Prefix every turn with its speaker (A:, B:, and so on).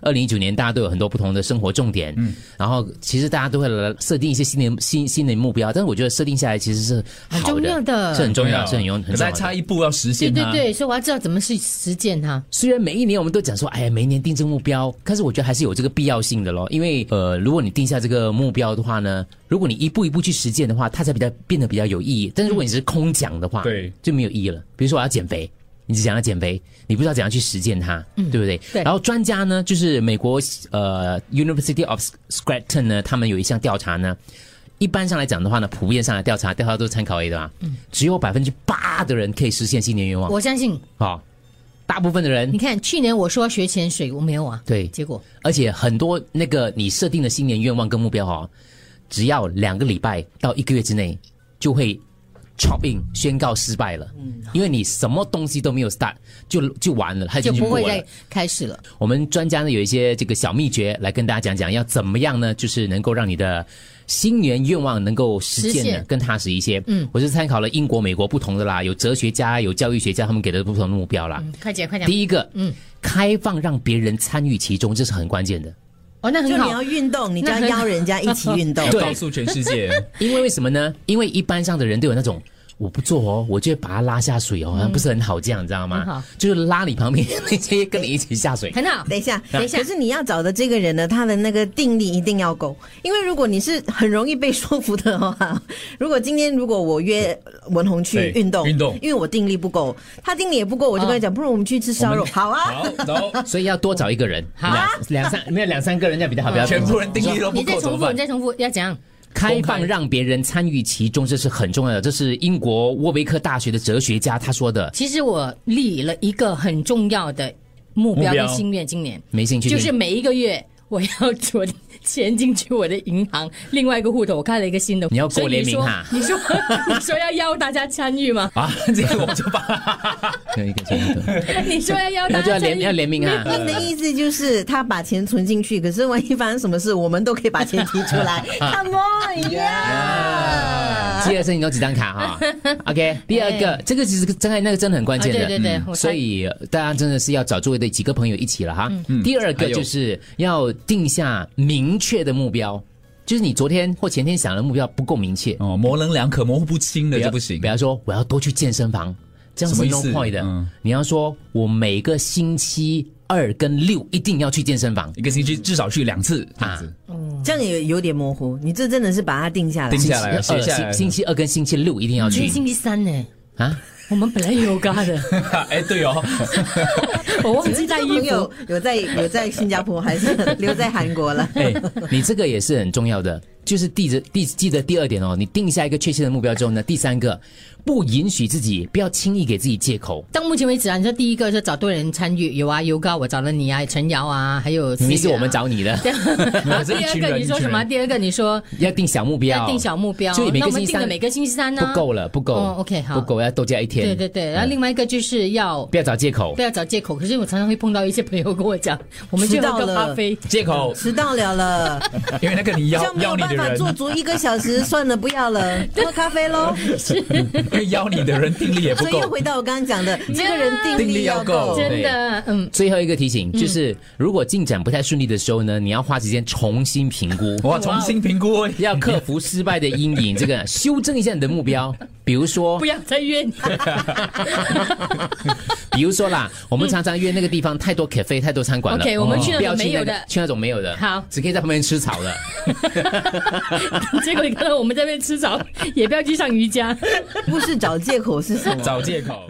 A: 二零一九年大家都有很多不同的生活重点，嗯，然后其实大家都会来设定一些新年新新年目标，但是我觉得设定下来其实是
B: 很
A: 好
B: 重要
A: 的，
B: 的
A: 是很重要，是很
C: 有
A: 用，
C: 可
A: 很
C: 是
A: 重
C: 还
A: 要的。
C: 啊差一步要实
B: 对
C: 现
B: 对
C: 它。
B: 对，所以我要知道怎么去实践它。
A: 虽然每一年我们都讲说，哎呀，每一年定这个目标，但是我觉得还是有这个必要性的咯。因为呃，如果你定下这个目标的话呢，如果你一步一步去实践的话，它才比较变得比较有意义。但是如果你只是空讲的话，
C: 对
A: 就没有意义了。比如说我要减肥。你只想要减肥，你不知道怎样去实践它，对不对？
B: 对
A: 然后专家呢，就是美国呃 University of Scranton 呢，他们有一项调查呢，一般上来讲的话呢，普遍上来调查，调查都是参考 A 的嘛，只有百分之八的人可以实现新年愿望。
B: 嗯我相信，
A: 好，大部分的人
B: 你看去年我说要学潜水，我没有啊，
A: 对
B: 结果
A: 而且很多那个你设定的新年愿望跟目标哦，只要两个礼拜到一个月之内就会 chop in 宣告失败了，因为你什么东西都没有 start 就就完了，它已
B: 嗯就
A: 经
B: 不
A: 过
B: 会
A: 了
B: 再。开始了。
A: 我们专家呢有一些这个小秘诀来跟大家讲讲，要怎么样呢？就是能够让你的新年愿望能够实
B: 实
A: 践的
B: 现
A: 更踏实一些。
B: 嗯，
A: 我是参考了英国、美国不同的啦，有哲学家、有教育学家他们给的不同的目标啦。
B: 嗯，快讲快讲。
A: 第一个，
B: 嗯，
A: 开放让别人参与其中，这是很关键的。
B: 哦，那
D: 就
B: 很
D: 你
B: 好
D: 要，运动，你就
B: 那
D: 要
B: 很好
D: 邀人家一起 运动。
C: 要告诉全世 界，
A: 因为为什么呢？因为一般上的人都有那种。我不做哦，我就会把他拉下水哦，好像不是很好这样，你知道
B: 很
A: 吗
B: 嗯好？
A: 就是拉你旁边那些跟你一起下水。
B: 很好。
D: 等一下，
B: 等一下
D: 可是你要找的这个人呢，他的那个定力一定要够，因为如果你是很容易被说服的话， 如果今天如果我约文红去
C: 对
D: 运动，
C: 运动
D: 因为我定力不够，他定力也不够，我就跟他讲，不如我们去吃烧肉，好啊，
C: 好，然后
A: 所以要多找一个人，
B: 好
A: 两
B: 啊
A: 两三没有两三个人这样比较好，比较
C: 全部人定义都不
B: 你再
C: 够怎
B: 重
C: 么
B: 复，
C: 办
B: 你？再重复，要怎样？
A: 开
C: 公
A: 放
C: 开
A: 让别人参与其中，这是很重要的。这是英国沃维克大学的哲学家他说的，
B: 其实我立了一个很重要的目标
C: 目标
B: 跟心愿，今年
A: 没兴趣
B: 就是
A: 听
B: 每一个月我要存钱进去我的银行另外一个户头，我开了一个新的。
A: 你要过联名哈
B: 哈？你说 你说要邀大家参 与吗？
C: 啊，这个我就 把
A: 有一个这样的，
B: 你说要邀
A: 那
B: 大
A: 就要
B: 家参
A: 联要
B: 与？
A: 联名啊。
D: 你的意思就是他把钱存进去，可是万一发生什么事，我们都可以把钱提出来。Come on，yeah！
A: 第二声你有几张卡哈 ？OK，第二个，这个其实真的那个真的很关键的，
B: 哎啊对对对我猜
A: 所以呃大家真的是要找周围的几个朋友一起了哈。
B: 嗯
C: 嗯
A: 第二个就是要定下明确的目标，就是你昨天或前天想的目标不够明确，
C: 哦，模棱两可、模糊不清的
A: 比
C: 就
A: 方
C: 不行
A: 比。方说，我要多去健身房，这样
C: 什
A: 是
C: 么意
A: no
C: 思
A: point 的。
C: 嗯
A: 你要说我每个星期二跟六一定要去健身房，
C: 一个星期至少去两次，
A: 啊
C: 这样子
D: 这样也有点模糊，你这真的是把它定下来
C: 定。下来，
A: 星
C: 哎写
A: 期二、
C: 下
A: 星
C: 来。
A: 呃星期二跟星期六一定要
B: 今
A: 去
B: 天星期三呢？
A: 啊。
B: 我们本来有嘎 的，
C: 哎，对哦，
B: 我 忘记带
D: 这
B: 衣
D: 朋
B: 服
D: 友。有在有在新加坡，还是留在韩国了？
A: 哎，你这个也是很重要的，就是记着第记得第二点哦，你定下一个确切的目标之后呢，第三个，不允许自己不要轻易给自己借口。
B: 到目前为止啊，你说第一个是找多人参与，有啊，尤高我找了你啊，陈瑶啊，还有
A: 明明是
B: 思远啊
A: 我们。 找你的，
B: 对然后
C: 这
B: 第
C: 一
B: 二
C: 群
B: 个
C: 人
B: 你说什
C: 一群
B: 么？
C: 人
B: 第二个你说
A: 要定小目标，
B: 要定小目标，
A: 所以每个
B: 那我
A: 星
B: 们
A: 期
B: 定
A: 三
B: 的每个星期三呢？
A: 不够了，嗯不够。
B: 哦，OK，好
A: 不够要多加一天。
B: 对对对，然后另外一个就是要
A: 不要找借口
B: 不。要找借口。可是我常常会碰到一些朋友跟 我讲，我们去喝
D: 迟到
B: 个
D: 了
B: 咖啡，
C: 借口，
D: 迟到了了，
C: 因为那个你
D: 这
C: 邀
D: 样没
C: 邀
D: 有
C: 你的
D: 办法
C: 人，
D: 做足一个小时，算了，不要了，喝咖啡喽。
C: 因为邀你的人定力也不
D: 所以又
C: 够
D: 回。到我刚刚讲的，这个人定力要
A: 哦
D: 够。
B: 真的，嗯，
A: 最后一个提醒就是，如果进展不太顺利的时候呢，你要花时间重新评估。
C: 我要重新评估，
A: 要克服失败的阴影，这个修正一下你的目标，比如说
B: 不要再约你。
A: 比如说啦，我们常常约那个地方太多 cafe 太多餐馆了哦
B: OK，我们去那种
A: 不要去
B: 没
A: 那
B: 有
A: 个
B: 的
A: 去那种没有的，
B: 好
A: 只可以在旁边吃草的。
B: 结果你看到我们这边吃早，也不要去上瑜伽。
D: 不是找借口是什么？
C: 找借口。